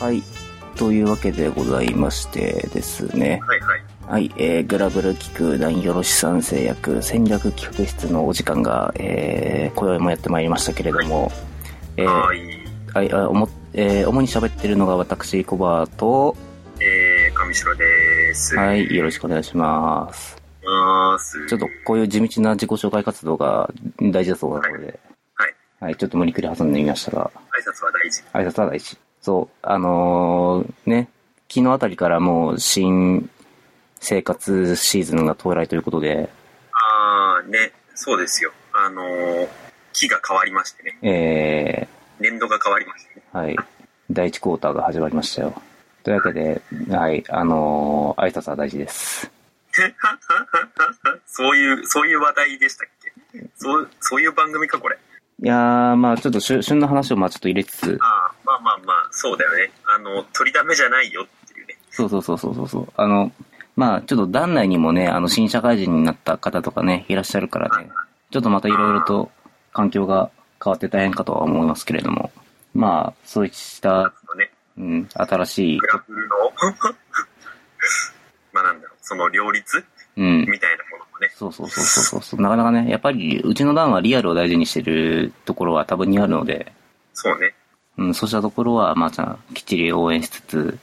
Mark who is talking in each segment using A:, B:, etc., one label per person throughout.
A: はい。というわけでございましてですね。
B: はいはい。
A: はい。えー、グラブル聞く男よろしさん制約戦略企画室のお時間が、えー、今宵もやってまいりましたけれども、えー、
B: は。
A: はいい、あおも、えー、主に喋ってるのが私、コバと、
B: えー、上白です。
A: はい。よろしくお願いします。
B: まーす。
A: ちょっとこういう地道な自己紹介活動が大事だそうなので、
B: はい。
A: はい。ちょっと無理くり挟んでみましたが、
B: 挨拶は大事。
A: 挨拶は大事。そう、あのーね、昨日あたりからもう新生活シーズンが到来ということで、
B: あー、ね、そうですよ。あのー、木が変わりましてね。
A: え
B: 年度が変わりましてね。
A: ー、はい、第一クォーターが始まりましたよ。というわけで、はい、あのー挨拶は大事です。
B: そういう、そういう話題でしたっけそう、そういう番組か、これ。
A: いやー、まあちょっと旬旬の話をまあちょっと入れつつ、
B: あー、まあまあまあ、そうだよね。あの、取りだめじゃないよっていうね。
A: そうそうそうそうそうそう。あの、まあちょっと団内にもね、あの、新社会人になった方とかね、いらっしゃるからね、ちょっとまたいろいろと環境が変わって大変かとは思いますけれども、まあそうした、
B: あとね、
A: うん、新しい
B: グ、ラフルの、 まあなんだろう、その両立
A: うん、
B: みたいなものもね。
A: そうそうそうそうそう、なかなかね、やっぱりうちの団はリアルを大事にしてるところは多分にあるので、
B: そうね。
A: うん、そうしたところは、まあ、ちゃん、きっちり応援しつつ、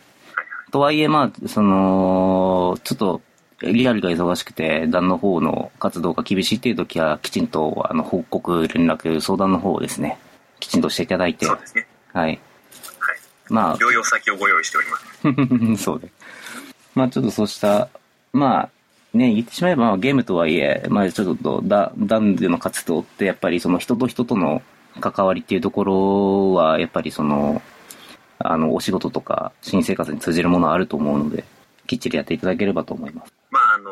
A: とはいえ、まあ、その、ちょっと、リアルが忙しくて、団の方の活動が厳しいっていう時は、きちんと、あの、報告、連絡、相談の方をですね、きちんとしていただいて、
B: そうですね。
A: はい。
B: はい。
A: まあ、
B: 療養先をご用意しておりま す。
A: そうね。まあちょっとそうした、まあね、言ってしまえばまあゲームとはいえ、まあちょっとだ、男女の活動ってやっぱりその人と人との関わりっていうところは、やっぱりその、あの、お仕事とか新生活に通じるものはあると思うので、きっちりやっていただければと思います。
B: まああの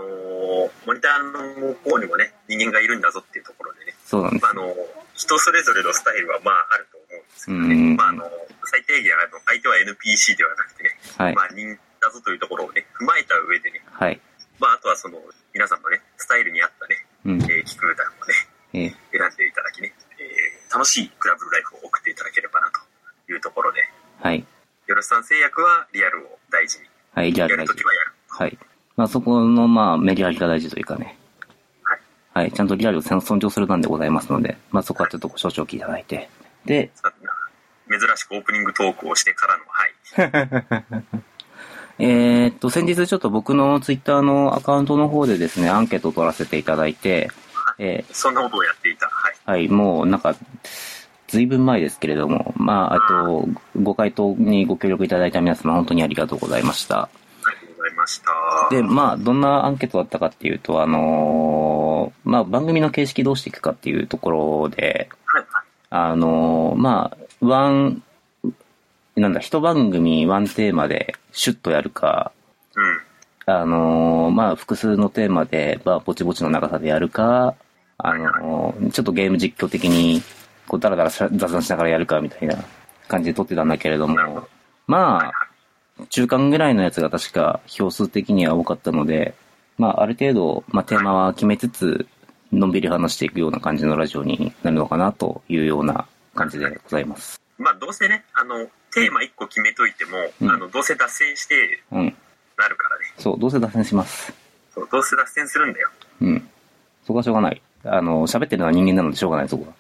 B: モニターの方にもね人間がいるんだぞっていうところでね、
A: そうなんです
B: まあ。あの人それぞれのスタイルはまああると思うんですけど
A: う
B: ね、
A: ん
B: まああの最低限あの相手は NPC ではなくてね、
A: はい
B: ま。あ人間だぞというところをね踏まえた上でね、
A: はい。
B: まあ、あとはその皆さんのねスタイルに合ったね、
A: うん。
B: えー、聞く歌をね
A: えー
B: 選んでいただきね、えー楽しいクラブライフを送っていただければなというところで
A: はい。
B: よろしさん制約はリアルを大事に
A: はい、じゃあ
B: や
A: 大
B: る
A: 丈
B: と
A: 夫
B: き。はやる
A: はい。まあそこの、まあメリハリが大事というかね。はい。ちゃんとリアルを尊重するなんでございますので、まあそこはちょっとご承知おきいただいて。で、
B: さ珍しくオープニングトークをしてからのはい
A: えーっと、先日ちょっと僕のツイッターのアカウントの方でですね、アンケートを取らせていただいて、え
B: そんなことをやっていた。はい。
A: ーはい、もうなんか、ずいぶん前ですけれども、まあ、あと、ご回答にご協力いただいた皆様、本当にありがとうございました。
B: ありがとうございました。
A: で、まあ、どんなアンケートだったかっていうと、あのーまあ、番組の形式どうしていくかっていうところで、
B: はい。
A: あのーまあ、ワン、なんだ、一番組ワンテーマでシュッとやるか、
B: うん。
A: あのーまあ、複数のテーマで、まあ、ぼちぼちの長さでやるか、あのーちょっとゲーム実況的に、こう、だらだらしゃ雑談しながらやるか、みたいな感じで撮ってたんだけれども、まあ、中間ぐらいのやつが確か票数的には多かったので、まあ、ある程度、まあ、テーマは決めつつ、のんびり話していくような感じのラジオになるのかな、というような感じでございます。
B: まあ、どうせね、あの、テーマ1個決めといても、
A: うん
B: あの、どうせ脱線して
A: うん。
B: なるからね。
A: そう、どうせ脱線します。
B: そうどうせ脱線するんだよ。
A: うん。そこはしょうがない。あの、喋ってるのは人間なのでしょうがない、そこは。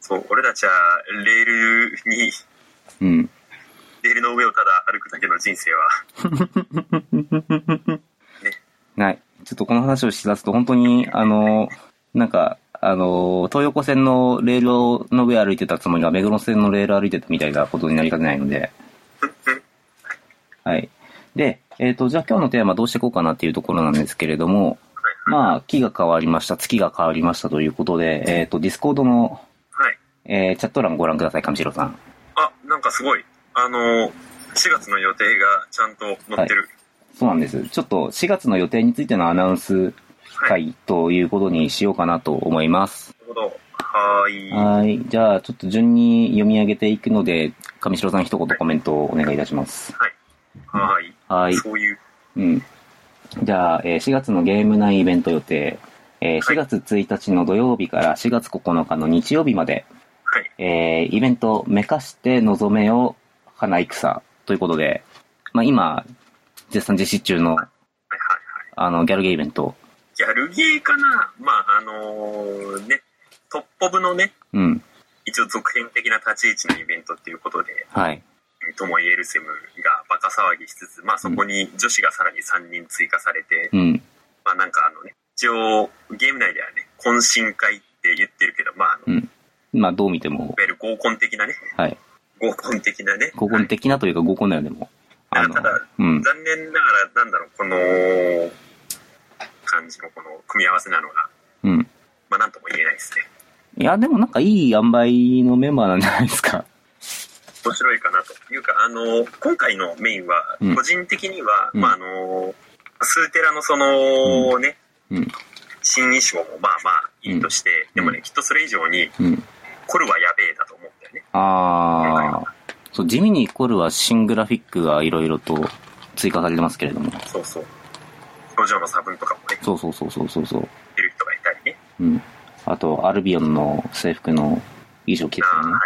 B: そう、俺たちは、レールに、
A: うん。
B: レールの上をただ歩くだけの人生は、
A: ない。ちょっとこの話をしだすと本当に、あの、なんか、あの、東横線のレールの上歩いてたつもりが、目黒線のレール歩いてたみたいなことになりかねないので。はい。で、えっ、と、じゃあ今日のテーマどうしていこうかなっていうところなんですけれども、まあ、木が変わりました、月が変わりましたということで、えっ、と、ディスコードの、
B: はい。
A: えーチャット欄ご覧ください、上白さん。
B: あ、なんかすごい。あの、4月の予定がちゃんと載ってる。
A: そうなんです。ちょっと4月の予定についてのアナウンス
B: はい。
A: 会ということにしようかなと思います。
B: なるほど。はーい。
A: はい。じゃあ、ちょっと順に読み上げていくので、上白さん一言コメントをお願いいたします。
B: はーい。
A: はい。
B: そういう、
A: うん。じゃあ、えー4月のゲーム内イベント予定。えー4月1日の土曜日から4月9日の日曜日まで、
B: はい。
A: えーイベント、めかして望めを花戦ということで、まあ今、絶賛実施中の、
B: はいはいはい。
A: あの、ギャルゲーイベント。
B: ギャルゲーかなまあ、あのね、トップオブのね、
A: うん。
B: 一応続編的な立ち位置のイベントっていうことで、
A: はい。
B: ともいえるセムがバカ騒ぎしつつ、まあそこに女子がさらに3人追加されて、
A: うん。
B: まあなんかあのね、一応ゲーム内ではね、懇親会って言ってるけど、まああの、いわ
A: うん。まあどう見ても、
B: ゆる合コン的なね、
A: はい。
B: 合コン的なね、
A: 合コン的なというか合コンだよね、もう。あの
B: ただ、
A: うん。
B: 残念ながら、なんだろう、この感じのこの組み合わせなのが、
A: うん。
B: まあなんとも言えないですね。
A: いや、でもなんかいい塩梅のメンバーなんじゃないですか。
B: 面白いかなというか、あの、今回のメインは
A: うん、
B: 個人的には、
A: うん
B: まあ、あの、スーテラのその、ね、
A: うん。
B: 新衣装もまあまあいいとして、
A: うん
B: でもね、きっとそれ以上に、
A: うん。
B: コルはやべえだと思うんだよね。
A: あー。そう、地味にイコールは新グラフィックがいろいろと追加されてますけれども。
B: そうそう。表情の差分とかもね、
A: そうそうそうそうそうそう。
B: 言ってる人がいたりね。
A: うん。あと、アルビオンの制服の衣装着て
B: ああ、
A: た
B: はい
A: ね
B: はい。は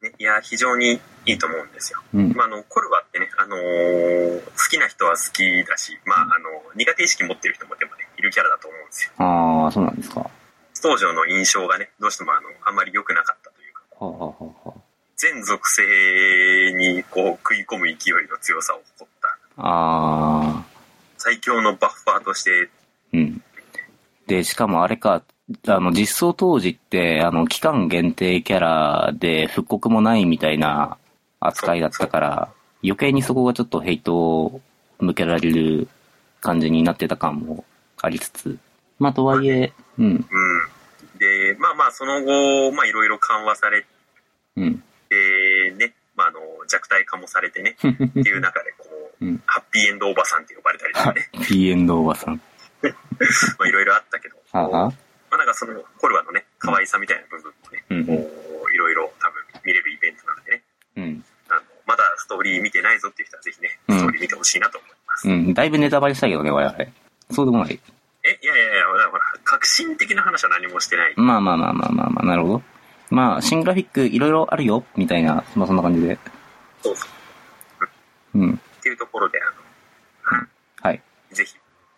B: い。ね、いや、非常にいいと思うんですよ。
A: うん。
B: まあ、あの、コルバってね、あのー好きな人は好きだし、まあ、あの、苦手意識持ってる人もでもね、いるキャラだと思うんですよ。
A: あー、そうなんですか。は
B: ストージョの印象がね、どうしてもあの、あんまり良くなかったというか、
A: あ、はあはあは
B: 全属性にこう食い込む勢いの強さを誇った、
A: あ、あー。
B: 最強のバッファーとして、
A: うん。で、しかもあれか、あの、実装当時って、あの、期間限定キャラで復刻もないみたいな扱いだったから、余計にそこがちょっとヘイトを向けられる感じになってた感もありつつ。まあ、とはいえ、うん、
B: うん。で、まあまあ、その後、まあいろいろ緩和され
A: うん。
B: て、ね、まああの、弱体化もされ てね、っていう中でこう、
A: うん
B: ハッピーエンドおばさんって呼ばれたりとかね、
A: ピーエンドおばさん。
B: まあいろいろあったけど、
A: はあはあ、
B: まあなんかその、コルバのね、可愛さみたいな部分もね、
A: うん、うん
B: こういろいろ多分見れるイベントなのでね、
A: うん。
B: あのまだストーリー見てないぞっていう人はぜひね、
A: うん
B: ストーリー見てほしいなと思います。
A: うん。だいぶネタバレしたけどね、我々。そうでもない。
B: え、いやいやいや、ほら、ほら革新的な話は何もしてない。
A: まあまあまあまあまあまあ、なるほど。まあ、新グラフィックいろいろあるよ、みたいな、まあそんな感じで。
B: そうそう。
A: うん。
B: っていうところで、あ
A: はい。
B: の、ぜひ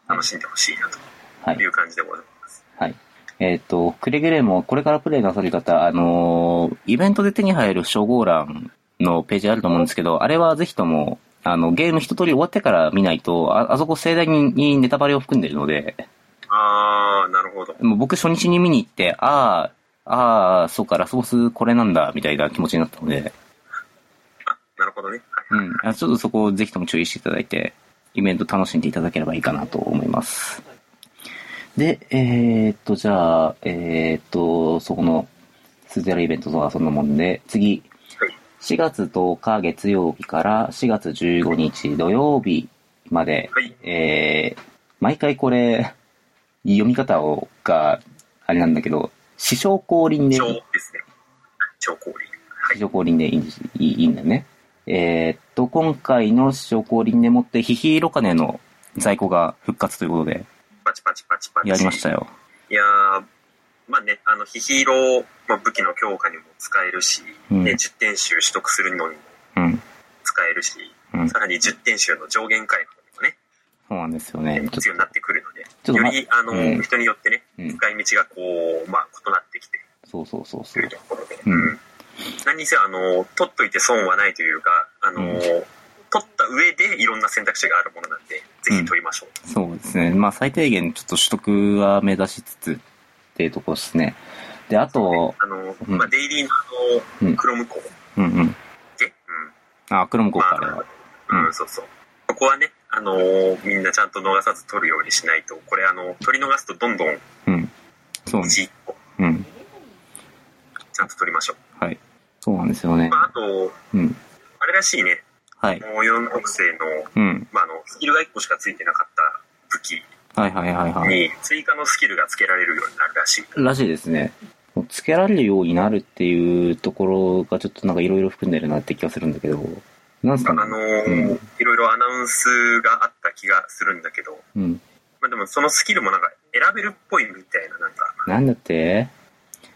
B: 楽しんでほしいな
A: は
B: とい
A: い。
B: う感じでございます。
A: はい。えっ、と、くれぐれも、これからプレイなさる方、あのーイベントで手に入る初号欄のページあると思うんですけど、あれはぜひとも、あの、ゲーム一通り終わってから見ないと、あ、あそこ盛大ににネタバレを含んでるので、
B: あー、なるほど。
A: もう僕初日に見に行って、ああ、ああ、そうか、ラスボスこれなんだ、みたいな気持ちになったので、
B: あ、なるほどね。はい
A: うん。あちょっとそこをぜひとも注意していただいて、イベント楽しんでいただければいいかなと思います。で、えー、っと、じゃあ、えー、っと、そこの、スゼライベントとはそんなもんで、次、4月10日月曜日から4月15日土曜日まで、
B: はい
A: えー、毎回これ、読み方を、が、あれなんだけど、師匠降臨で、
B: 超ですね。超降臨。は
A: 非
B: い。
A: 常降臨でいいんですいいいいんだよね。えーっと、今回の非常降臨でもって、ヒヒロカネの在庫が復活ということで、
B: パチパチパチパチ。
A: やりましたよ。
B: いやー、まあね、あの、ヒヒーロー、まあ、武器の強化にも使えるし、
A: うん
B: ね、10点集取得するのにも
A: うん。
B: 使えるし、
A: うん。そ
B: さらに10点集の上限回復にもね、
A: うなんですよね。ちょっ
B: 必要になってくるので、
A: ちょっと
B: よ
A: ま
B: り、あの、
A: うん
B: 人によってね、
A: うん
B: 使い道がこう、まあ、異なってきて
A: と、そうそうそうそ
B: というう。ところで、
A: うん
B: 何にせよ、あの、取っといて損はないというか、あの、
A: うん
B: 取った上でいろんな選択肢があるものなんで、ぜひ取りましょう。
A: そうですね。まあ、最低限ちょっと取得は目指しつつっていうところですね。で、あと、
B: あの、
A: うん
B: まあ、デイリーのあ
A: うん
B: の、クロムコ
A: うんうん。
B: で、うん。
A: あ、クロム効
B: ま
A: 果
B: あ
A: あれは。
B: うん、そうそう。ここはね、あのーみんなちゃんと逃さず取るようにしないと、これあの、取り逃すとどんどん
A: うん。そうね。
B: 1個、
A: うん。
B: ちゃんと取りましょう。
A: はい。そうなんですよね
B: ま。あ、あと、
A: うん。
B: あれらしいね、
A: はい。
B: もう4特性の、
A: うん。
B: まあ、あの、スキルが1個しかついてなかった武器
A: はいはいはいはい。
B: に追加のスキルがつけられるようになるらしい。
A: らしいですね。つけられるようになるっていうところがちょっとなんかいろいろ含んでるなって気がするんだけど、なんす
B: あ
A: かね
B: のー
A: うん
B: いろいろアナウンスがあった気がするんだけど、
A: うん。
B: まあ、でもそのスキルもなんか選べるっぽいみたいな、なんか、
A: なんだって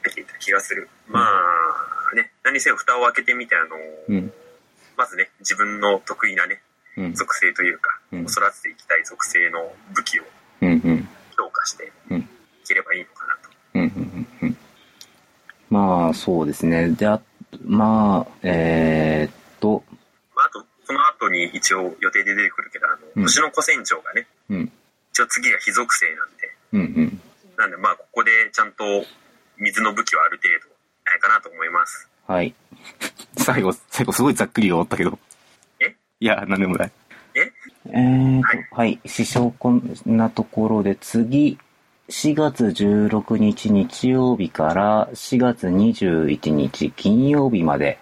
B: 入っていた気がする。まあ、ね、何せ蓋を開けてみて、あのー
A: うん。
B: まずね、自分の得意なね、
A: うん。
B: 属性というか、
A: うん
B: 育てていきたい属性の武器を
A: うんうん。
B: 強化して
A: うん
B: いければいいのかなと。
A: うんうんうんうん。まあ、そうですね。で、あ、まあ、えー、っと、
B: まあ、あと、この後に一応予定で出てくるけど、あの、
A: うん
B: 星の古戦場がね、
A: うん。
B: 一応次が非属性なんで、
A: うんうん。
B: なんでまあ、ここでちゃんと水の武器はある程度、ないかなと思います。
A: はい。 最後、最後すごいざっくり終わったけど。
B: え
A: いや、なんでもない。
B: え
A: えーと、はい。師匠こんなところで、次、4月16日日曜日から4月21日金曜日まで、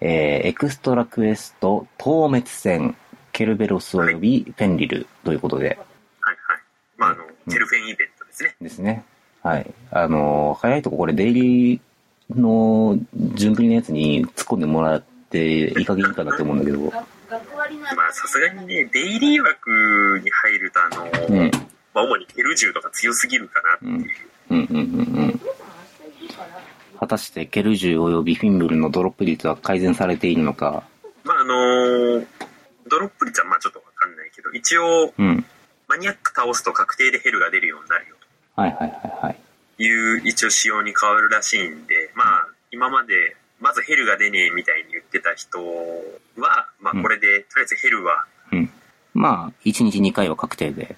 A: えーエクストラクエスト、東滅戦、ケルベロス及びフェンリルということで
B: はいはい。まあ、あの、テルフェンイベントですね。
A: ですね。はい。あのー早いとここれ、デイリーの順繰りのやつに突っ込んでもらっていい加減かなと思うんだけど、
C: 学割な
B: まあ、さすがにね、デイリー枠に入ると、あの、
A: うん。
B: まあ、主に L10 とか強すぎるかなっていう。
A: うんうんうんうん。果たしてケルジュ及びフィンブルのドロップ率は改善されているのか。
B: まあ、あのードロップ率はまあちょっとわかんないけど、一応、
A: うん。
B: マニアック倒すと確定でヘルが出るようになるよ
A: はいはいはいはい。
B: という一応仕様に変わるらしいんで、まあ、今まで、まずヘルが出ねえみたいに言ってた人は、ま
A: うん
B: あ、これで、とりあえずヘルは、
A: うん。まあ、1日2回は確定で。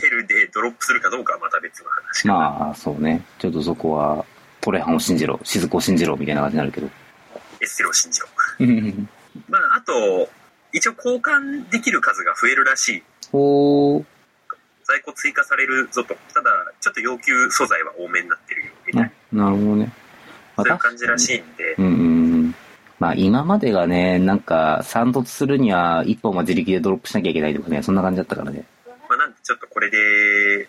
B: ヘルでドロップするかどうかはまた別の話かな。
A: まあ、そうね。ちょっとそこは、トレハンを信じろ、雫を信じろ、みたいな感じになるけど。
B: エステルを信じよ
A: うん。
B: う。まあ、あと、一応交換できる数が増えるらしい。
A: ほー。
B: 在庫追加されるぞと。ただ、ちょっと要求素材は多めになってるよ、みたい
A: なな
B: な。
A: るほどね。
B: そういう感じらしいんで、
A: うんうんうん。まあ今までがね、なんか、散突するには一本は自力でドロップしなきゃいけないとかね、そんな感じだったからね。
B: まあ、なんでちょっとこれで、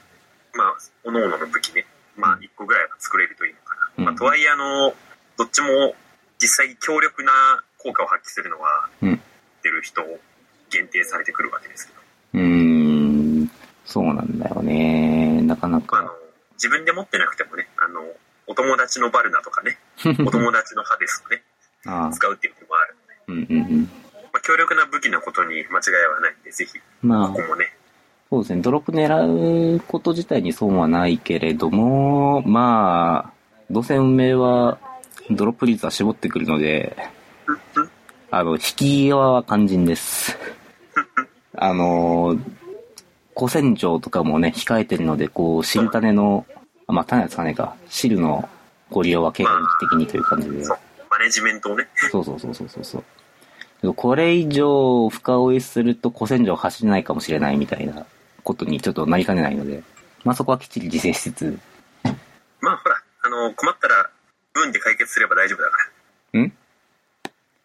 B: まあ、おのおのの武器ね、まあ、1個ぐらいは作れるといいのかな。
A: うん
B: まあ、とはいえ、あの、どっちも実際強力な効果を発揮するのは、
A: うん
B: 出る人限定されてくるわけですけど、
A: うーん、そうなんだよね。なかな
B: まあ、あの
A: か。、
B: 自分で持ってなくてもね、あの、お友達のバルナと かね、お友達のハデスをね、
A: ああ
B: 使うっていうのもある。
A: うんうんうん。
B: まあ、強力な武器のことに間違いはないんで、ぜひ、こ
A: ま
B: こ
A: あ、
B: もね、
A: そうですね。ドロップ狙うこと自体に損はないけれども、まあ、どうせ運命は、ドロップ率は絞ってくるので、
B: うんうん
A: あの、引き際は肝心です。あの、古戦場とかもね、控えてるので、こう、汁種の、あまあ、種は使わないか、汁のご利用は経済的にという感じで。
B: そう、マネジメントをね、
A: そうそうそうそうそうそう。でもこれ以上深追いすると古戦場走れないかもしれないみたいなことにちょっとなりかねないので、まあそこはきっちり自制しつつ、
B: まあ、ほら、あの、困ったら、分で解決すれば大丈夫だから。
A: ん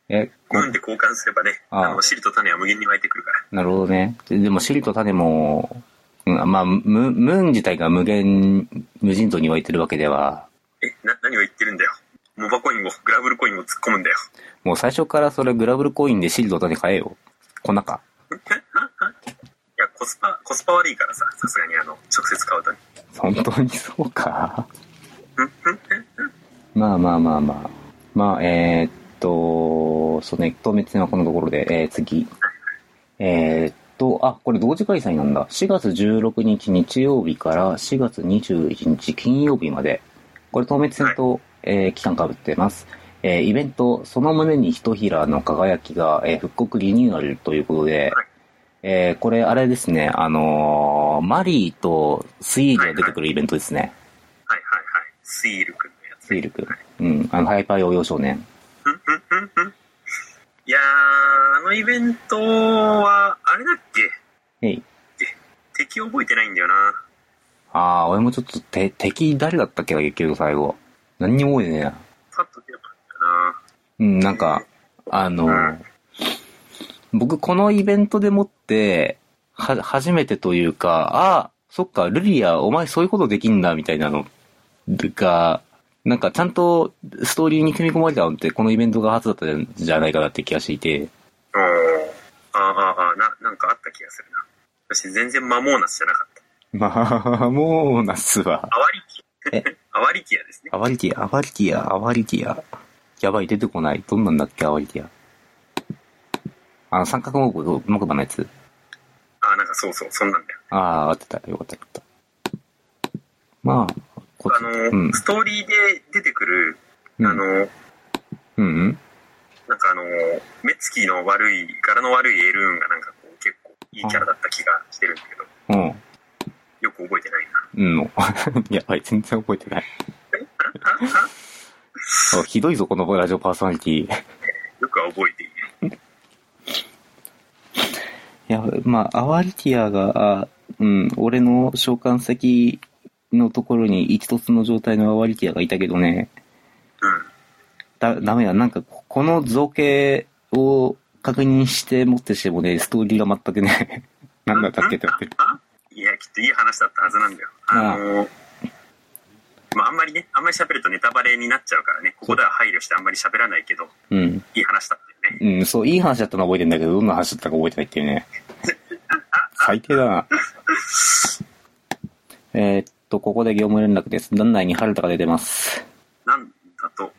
A: え、こ
B: 軍で交換すればね、
A: ああ
B: あの、汁と種は無限に湧いてくるから。
A: なるほどね。ででも、シリと種も、うん、まあ、ムムーン自体が無限、無尽蔵に湧いてるわけでは、
B: え、な、何を言ってるんだよ。モバコインを、グラブルコインを突っ込むんだよ。
A: もう最初からそれグラブルコインでシリと種買えよ。粉か。
B: いや、コスパ、コスパ悪いからさ、さすがにあの、直接買うとに。
A: 本当にそうか。
B: うんうんうん
A: まあまあまあまあ。まあ、えーっと、そうね、当滅戦はこのところで、えー次。えーっと、あ、これ同時開催なんだ。4月16日日曜日から4月21日金曜日まで。これ、当滅戦と、えー期間かぶってます。えーイベント、その胸に一ひらの輝きが、えー復刻リニューアルということで、えーこれ、あれですね、あのーマリーとスイージが出てくるイベントですね。
B: はいはいはい。スイール君のやつ。
A: スイール君。うん、あの、ハイパーヨーヨー少年。
B: うんうんうんうん。いやー、あのイベントは、あれだっけ
A: えい。
B: 敵覚えてないんだよな。
A: ああ、俺もちょっと、て、敵誰だったっけな、結局最後。何にも覚えてねえな。
B: パッと出なかったな。
A: うん、なんか、あの、
B: うん
A: 僕このイベントでもって、は、初めてというか、ああ、そっか、ルリア、お前そういうことできんだ、みたいなのが、なんかちゃんとストーリーに組み込まれたのって、このイベントが初だったんじゃないかなって気がしていて、
B: おーあーあーあー、な、なんかあった気がするな。私全然マモーナスじゃなかった。
A: まあ、もう、ナスは。
B: アワリ
A: え
B: キ。 アワリキアですね。
A: アワリティア、アワリティア、アワリティア。やばい、出てこない。どんなんだっけ、アワリティア。あの、三角模倣うまくばのやつ。
B: ああ、なんかそうそう、そんなんだよ。
A: ああ、合ってた。よかった、よかった。まあ、こっ
B: あ
A: ち。
B: の、
A: うん。
B: ストーリーで出てくる、
A: うん
B: あの、
A: うんうん。
B: なんかあの、目つきの悪い、柄の悪いエルーンがなんかこう結構いいキャラだった気がしてるんだけど、
A: うん。
B: よく覚えてないな。
A: うんの。 やばい、全然覚え てない。あひどいぞ、このラジオパーソナリティ。い
B: よくは覚えていない。
A: や、まあ、アワリティアが、あうん、俺の召喚先のところに一つの状態のアワリティアがいたけどね、
B: うん。
A: だ、ダメだ。なんか、ここの造形を確認して持ってしてもね、ストーリーが全く ね、なんだったっけってなってる。
B: あいや、きっといい話だったはずなんだよ。あのまあ、あんまりね、あんまり喋るとネタバレになっちゃうからね、ここでは配慮してあんまり喋らないけど、
A: うん。
B: いい話だったよね。
A: うん、そう、いい話だったのは覚えてんだけど、どんな話だったか覚えてないっていうね。最低だ な。えーっと、ここで業務連絡です。団内に春田が出てます。
B: なんだと、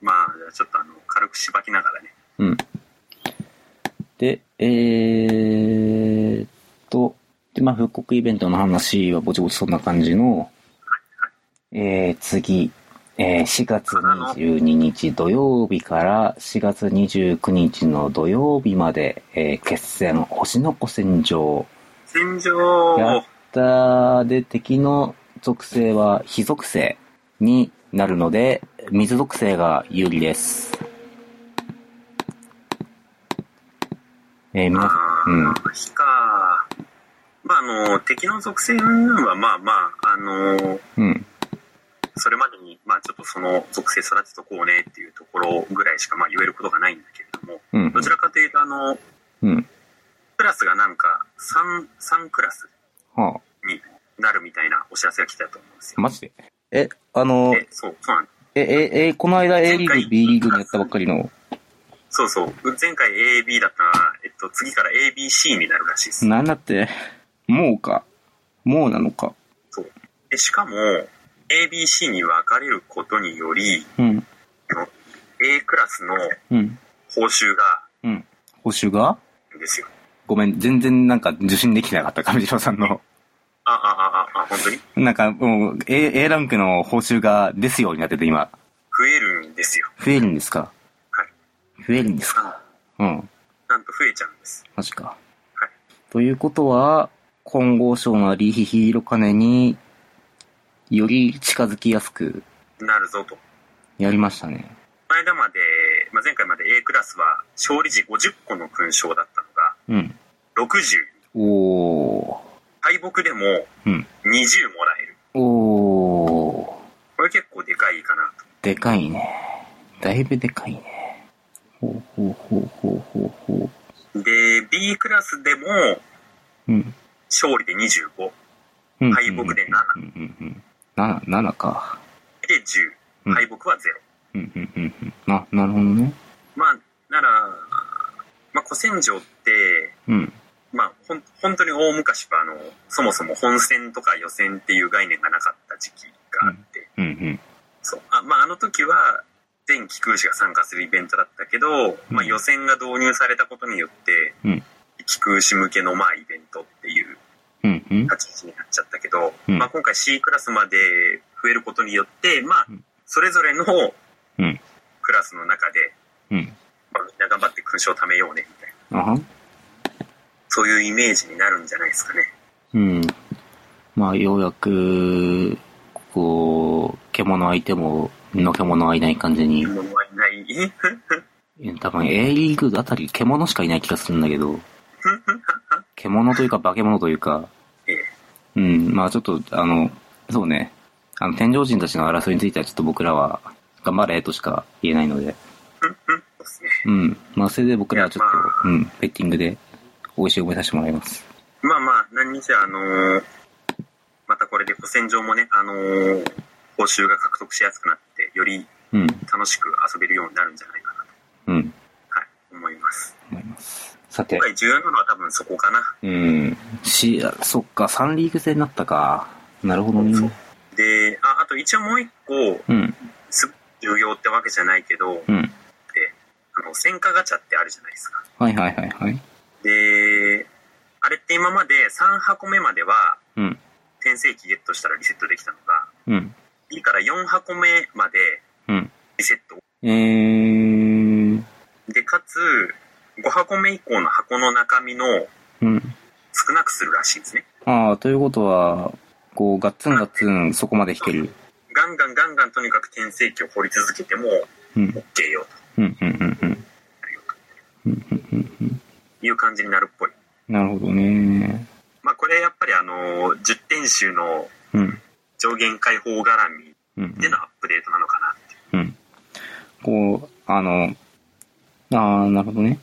B: まあ、じゃあちょっとあの、軽くしばきながらね。
A: うん。で、えーっと、で、まあ、復刻イベントの話はぼちぼちそんな感じの、えー、次、えー、4月22日土曜日から4月29日の土曜日まで、えー、決戦、星の子戦場。
B: 戦場
A: やっ
B: を、
A: たーで、敵の属性は火属性になるので、水属性が有利です。えー、皆
B: ま
A: さ
B: あ、
A: ん、うん。
B: 火か。まあ、あの、敵の属性云々は、まあまあ、あの、
A: うん。
B: それまでに、まあ、ちょっとその属性育てとこうねっていうところぐらいしか、まあ、言えることがないんだけれども、
A: うん
B: ど。ちらかというと、あの、
A: うん。
B: クラスがなんか3、三クラス
A: は
B: になるみたいなお知らせが来たと思うんです
A: あ、
B: よ。
A: マジでえ、あの、
B: で、そう、そうなん
A: え、え、え、この間 A リーグ、B リーグにやったばっかりの。
B: そうそう。前回 AB だったら、えっと、次から ABC になるらしいです。
A: なんだって、もうか。もうなのか。
B: そう。で、しかも、ABC に分かれることにより、
A: うん。
B: A クラスの
A: うん。
B: 報酬が、
A: うん。報酬が
B: ですよ。
A: ごめん、全然なんか受信できてなかった、上白さんの。
B: あ、あ、あ、あ、あ、本当に
A: なんか、もう、A、A ランクの報酬がですようになってて、今。
B: 増えるんですよ。
A: 増えるんですか
B: はい。
A: 増えるんですか
B: あ
A: うん。
B: なんと増えちゃうんです。
A: マジか。
B: はい。
A: ということは、金剛賞のリヒヒロカネに、より近づきやすく、
B: なるぞと。
A: やりましたね。
B: 前間まで、まあ、前回まで A クラスは勝利時50個の勲章だったのが、
A: うん。
B: 60。
A: おー。
B: 敗北でも
A: うん。
B: 20もらえる。
A: おー。
B: これ結構でかいかなと。
A: でかいね。だいぶでかいね。ほうほうほうほうほうほ
B: で、B クラスでも
A: う。うん。
B: 勝利で25、
A: うん
B: 敗北で7、
A: うんうんうん。7、7か。
B: で10
A: うん、
B: 敗北は0。
A: うんうんうんうん。な、なるほどね。
B: まあ、なら、まあ、古戦場って、
A: うん。
B: まあ、ほん、本当に大昔は、あの、そもそも本戦とか予選っていう概念がなかった時期があって、
A: うんうん。
B: そう。あ、まあ、あの時は、全気空士が参加するイベントだったけど、まあ、予選が導入されたことによって、
A: うん
B: 気空士向けの、まあ、イベントっていう
A: うんうん。
B: 立ち位置になっちゃったけど、
A: うん
B: まあ、今回 C クラスまで増えることによって、まあ
A: うん、
B: それぞれの
A: うん
B: クラスの中で、
A: うん。
B: まあ、みんな頑張って勲章を貯めようねみたいな
A: あはん。
B: そういうイメージになるんじゃないですかね
A: うん。まあ、ようやく、こう、獣相手も、の獣はいない感じに、
B: 物はいない
A: 多分 A リーグあたり獣しかいない気がするんだけど、獣というか化け物というか、
B: ええ
A: うん、まあちょっと、あの、そうね、あの、天井人たちの争いについてはちょっと僕らは、頑張れとしか言えないので、
B: そうですね
A: うん、まあそれで僕らはちょっ
B: いやま
A: と、うん、ベッティングで、美味しい思いさせてもらいます。
B: まあまあ何にせよあのーまたこれで古戦場もねあのー報酬が獲得しやすくなってより
A: うん、
B: 楽しく遊べるようになるんじゃないかなと、
A: うん、
B: はい、思います
A: 思います。さて
B: 今、回重要なのは多分そこかな
A: うん、し、あそっか、3リーグ制になったか。なるほど
B: そう
A: ね。
B: でああと一応もう一個
A: うん、
B: すごく重要ってわけじゃないけど、
A: うん、
B: あの、戦火ガチャってあるじゃないですか。
A: はいはいはいはい。
B: で、あれって今まで3箱目までは、
A: うん。
B: 転生機ゲットしたらリセットできたのが、
A: うん。
B: いいから4箱目まで
A: うん。
B: リセット。
A: えー。
B: で、かつ、5箱目以降の箱の中身の
A: うん。
B: 少なくするらしいんですね。
A: ああ、ということは、こう、ガッツンガッツンそこまで弾ける。
B: ガンガンガンガンとにかく転生機を掘り続けても
A: うん。
B: OK よ
A: うんうんうんうん。うんうんうんうん。
B: という感じになるっぽい。
A: なるほどね。
B: まあこれやっぱりあの、10点集の
A: うん。
B: 上限解放絡み
A: うんうん
B: でのアップデートなのかなってい
A: う
B: う。
A: ん。こう、あの、ああ、なるほどね。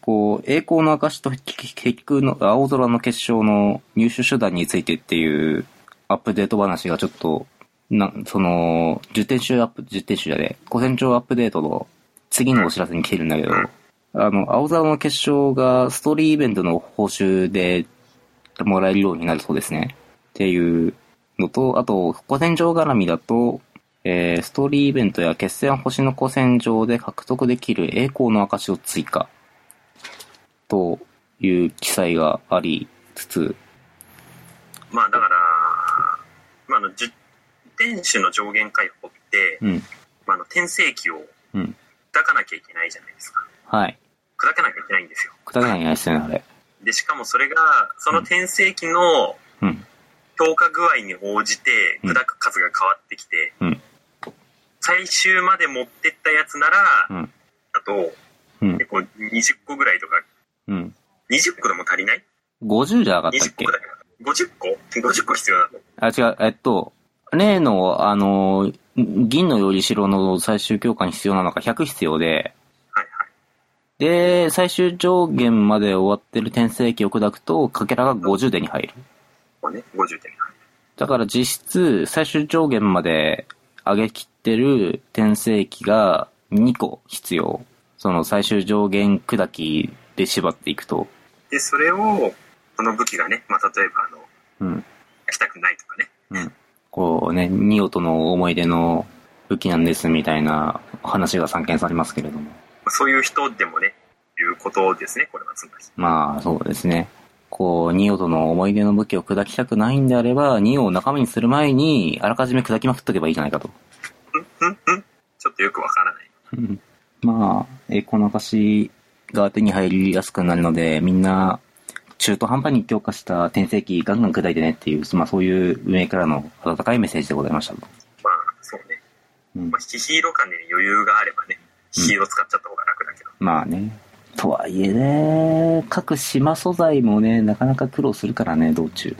A: こう、栄光の証と結局の青空の結晶の入手手段についてっていうアップデート話がちょっと、な、その、10点集アップ、10点集じゃねえ、5点超アップデートの次のお知らせに来てるんだけど、あの、青空の結晶がストーリーイベントの報酬でもらえるようになるそうですね。っていうのと、あと、古戦場絡みだと、えーストーリーイベントや決戦星の古戦場で獲得できる栄光の証を追加。という記載がありつつ、
B: まあだから、まあ、あの10点集の上限解放って、
A: うん、
B: まあ、あの転生機を
A: うん。
B: 砕かなきゃいけないじゃないですか。
A: はい。
B: 砕かなきゃいけないんですよ。
A: くだらないですね、あれ。
B: で、しかもそれが、その転生機の
A: うん、
B: 強化具合に応じて
A: うん
B: 砕く数が変わってきて、
A: うん
B: 最終まで持ってったやつなら、
A: うん、
B: だと、
A: うん
B: 結構20個ぐらいとか、
A: うん。
B: 20個でも足りない
A: 50じゃなかったっ
B: ?20
A: け
B: 個だけ ?50 個 ?50 個必要なの
A: あ、違う、えっと、例の、あの、銀のより白の最終強化に必要なのが100必要で、
B: はいはい。
A: で、最終上限まで終わってる転生期を砕くと、かけらが50でに入る。
B: こうね、50点。
A: だから実質、最終上限まで上げきってる転生期が2個必要。その最終上限砕きで縛っていくと。
B: で、それを、この武器がね、まあ、例えば、あの、
A: うん。
B: 焼きたくないとかね。
A: うん。こうね、ニオとの思い出の武器なんですみたいな話が散見されますけれども。
B: まあそういう人でもね、いうことですね、これはつまり。
A: まあ、そうですね。こう、ニオとの思い出の武器を砕きたくないんであれば、ニオを仲間にする前に、あらかじめ砕きまくっとけばいいじゃないかと。
B: うんうんうんちょっとよくわからない。
A: うんまあ、えーこの証が手に入りやすくなるので、みんな、中途半端に強化した転生機ガンガン砕いてねっていう、まあそういう運営からの温かいメッセージでございました。
B: まあ、そうね。
A: うん
B: まあ、ヒヒーロー感に余裕があればね、ヒヒーロー使っちゃった方が楽だけど。
A: まあね。とはいえね、各島素材もね、なかなか苦労するからね、道中。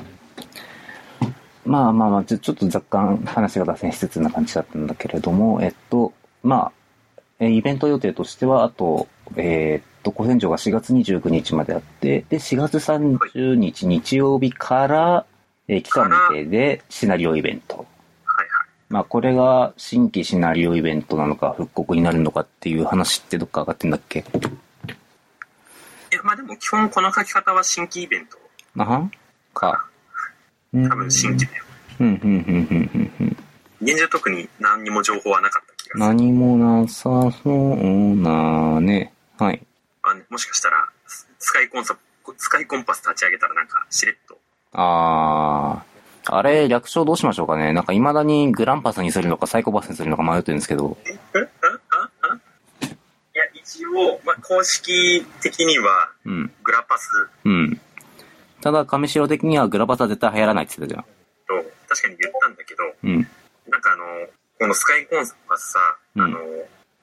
A: まあまあまあ、ちょちょっと若干話が脱線しつつな感じだったんだけれども、えっと、まあ、えイベント予定としては、あと、えーっと、古戦場が4月29日まであって、で、4月30日日曜日から、えー期間未定でシナリオイベント。
B: はいはい。
A: まあ、これが新規シナリオイベントなのか、復刻になるのかっていう話ってどっか上がってんだっけ
B: いや、まあでも基本この書き方は新規イベント。
A: あはんか。うん
B: 多分新規だよ。
A: うん、うん、うん、うん、うんうん。
B: 現状特に何にも情報はなかった気がする。
A: 何もなさそうなね。はい。
B: まあね、もしかしたら、ススカイコンサ、スカイコンパス立ち上げたらなんか、しれっと。
A: あー。あれ、略称どうしましょうかね。なんか未だにグランパスにするのかサイコパスにするのか迷ってるんですけど。
B: いや、一応、まあ、公式的には、
A: うん。
B: グラパス
A: うん。ただ、上白的にはグラパスは絶対流行らないって言ってたじ
B: と、確かに言ったんだけど、
A: ゃん。うん。
B: なんかあの、このスカイコンサはさ、
A: うん
B: あの、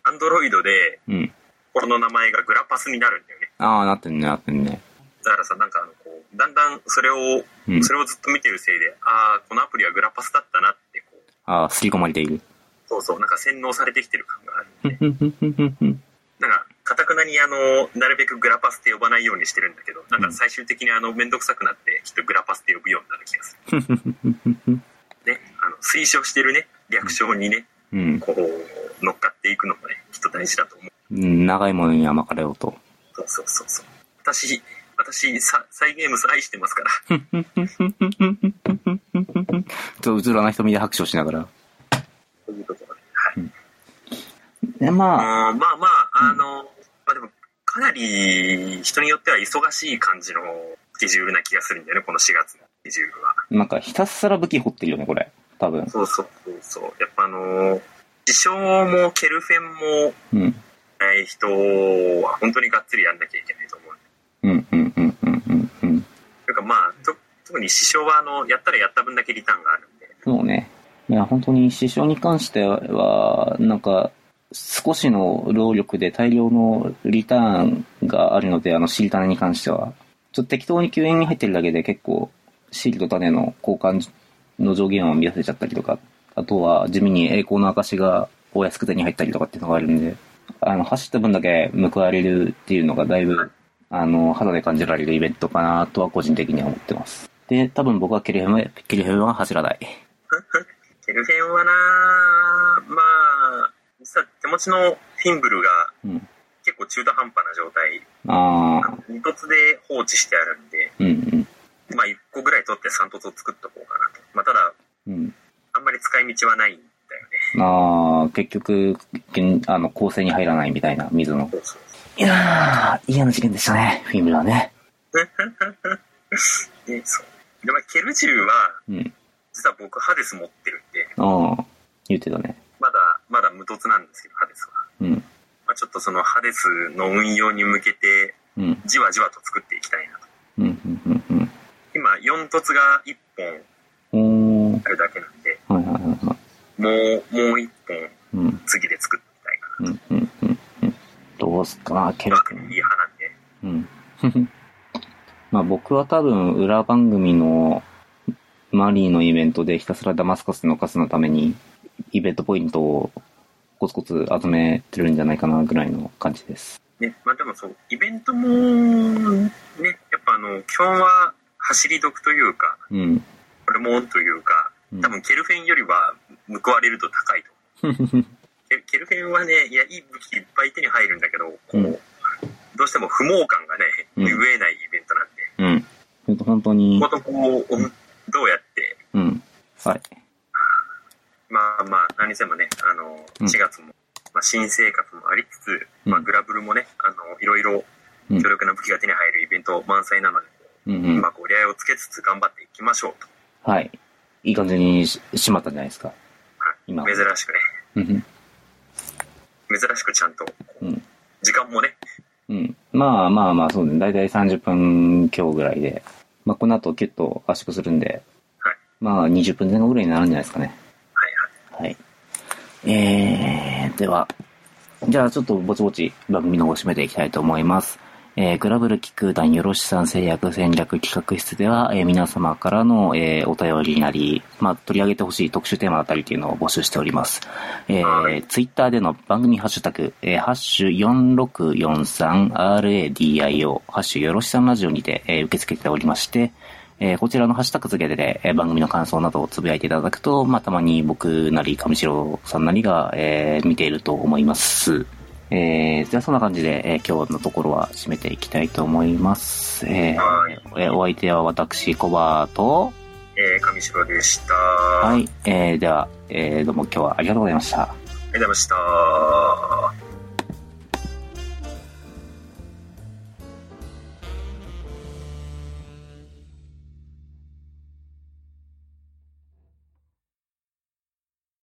B: アンドロイドで、
A: うん。
B: この名前がグラパスになるんだよね。
A: あー、なってんね、なってんね。
B: だからさ、なんかあの、こう、だんだんそれを、
A: うん
B: それをずっと見てるせいで、ああ、このアプリはグラパスだったなって、こう、
A: あー、すり込まれている。
B: そうそう、なんか洗脳されてきてる感がある。
A: ふんふんふんふんふんふん
B: なんか、かたくなにあの、なるべくグラパスって呼ばないようにしてるんだけど、なんか最終的にあの、めんどくさくなって、きっとグラパスって呼ぶようになる気がする。ね、あの、推奨してるね、略称にね、
A: うん。
B: こう、乗っかっていくのもね、きっと大事だと思う。
A: うん長いものには巻かれようと。
B: そうそうそうそう。私、私、ササイゲームス愛してますから。
A: ちょっとうらない瞳で拍手をしながら。
B: というところで。はい。
A: で、まあ、
B: あーまあまあ、あの、かなり人によっては忙しい感じのスケジュールな気がするんだよね、この4月のスケジュールは。
A: なんかひたすら武器掘ってるよね、これ。多分。
B: そうそうそうそう。やっぱあのー、自称もケルフェンも
A: うん。
B: ない人は本当にがっつりやんなきゃいけないと思う。
A: うんうんうんうんうんうん。
B: というかまあ、と特に師匠はあの、やったらやった分だけリターンがあるんで。
A: そうね。いや、本当に師匠に関しては、なんか、少しの労力で大量のリターンがあるので、あの、シール種に関しては。ちょっと適当に救援に入ってるだけで結構、シールと種の交換の上限を乱せちゃったりとか、あとは地味に栄光の証がお安く手に入ったりとかっていうのがあるんで、あの、走った分だけ報われるっていうのがだいぶ、あの、肌で感じられるイベントかなとは個人的には思ってます。で、多分僕はケルヘム、ケルヘムは走らない。
B: ケルフェンはなまあ、実は手持ちのフィンブルが
A: うん
B: 結構中途半端な状態、
A: ああ、
B: 二突で放置してあるんで、
A: うんうん。
B: まあ1個ぐらい取って3突を作っとこうかなと。まあただ、
A: うん、
B: あんまり使い道はないんだよね。
A: ああ、結局、けんあの、構成に入らないみたいな、水の。
B: そうそう。
A: いやー、嫌な事件でしたね、フィンブラはね。
B: ね、そう。で、まあ、ケル銃は、
A: うん。
B: 実は僕、ハデス持ってるんで、
A: ああ、言ってたね。
B: まだ、まだ無凸なんですけど、ハデスは。
A: うん。
B: まあ、ちょっとそのハデスの運用に向けて、
A: うん。
B: じわじわと作っていきたいなと。
A: うん。うん。うん。
B: 今、4凸が1本
A: うん。おー。
B: あるだけなんで、
A: はいはいはいはい。
B: もう、もう1本、
A: うん。
B: 次で作っていきたいか
A: うん。うん。うん。うんどうすっかな、ケル
B: な。
A: 君
B: まあ、いい派なんで。
A: うん。 まあ僕は多分裏番組のマリーのイベントでひたすらダマスカスのカスのためにイベントポイントをコツコツ集めてるんじゃないかなぐらいの感じです。
B: ね、まあでもそう、イベントも、ね、やっぱあの、基本は走り得というか、
A: うん。
B: これもというか、
A: うん
B: 多分ケルフェンよりは報われると高いと思う。 ケケルフェンはね、いや、いい武器いっぱい手に入るんだけど、こう、
A: うん
B: どうしても不毛感がね、
A: うん
B: 拭えないイベントなんで、
A: うん。ちょっと本当に
B: こ、ことこう、どうやって、
A: うん。はい。
B: まあまあ、何せもね、あの、
A: うん
B: 4月も、まあ、新生活もありつつ、
A: うん
B: まあ、グラブルもね、あの、いろいろ
A: うん
B: 強力な武器が手に入るイベント満載なので、
A: うん
B: う
A: うん。
B: まく折り合いをつけつつ頑張っていきましょうと。
A: はい。いい感じにししまったんじゃないですか。今
B: 珍しくね、
A: うん
B: 珍しくちゃんと、こう
A: うん
B: 時間もね、
A: うん。まあまあまあ、そうね。だいたい30分強ぐらいで。まあこの後キュッと圧縮するんで。
B: はい
A: まあ20分前後ぐらいになるんじゃないですかね。
B: はいはい。
A: はい。えー、では、じゃあちょっとぼちぼち番組の方を締めていきたいと思います。えー、グラブル企画団よろしさん制約戦略企画室では、えー皆様からの、えーお便りなり、まあ、取り上げてほしい特集テーマだったりというのを募集しております。え
B: は
A: ー、ツイッターでの番組ハッシュタグ、えーハッシュ 4643RADIO、ハッシュよろしさんラジオにて、えー受け付けておりまして、えーこちらのハッシュタグ付けで、えー番組の感想などをつぶやいていただくと、まあ、たまに僕なり、上白さんなりが、えー見ていると思います。えーじゃあそんな感じで、えー今日のところは締めていきたいと思います。えー
B: はい
A: えーお相手は私、コバと、
B: えー、上白でした。
A: は
B: あり
A: い、えーでは、えーどうも今日はありがとうございました。
B: がとうございました。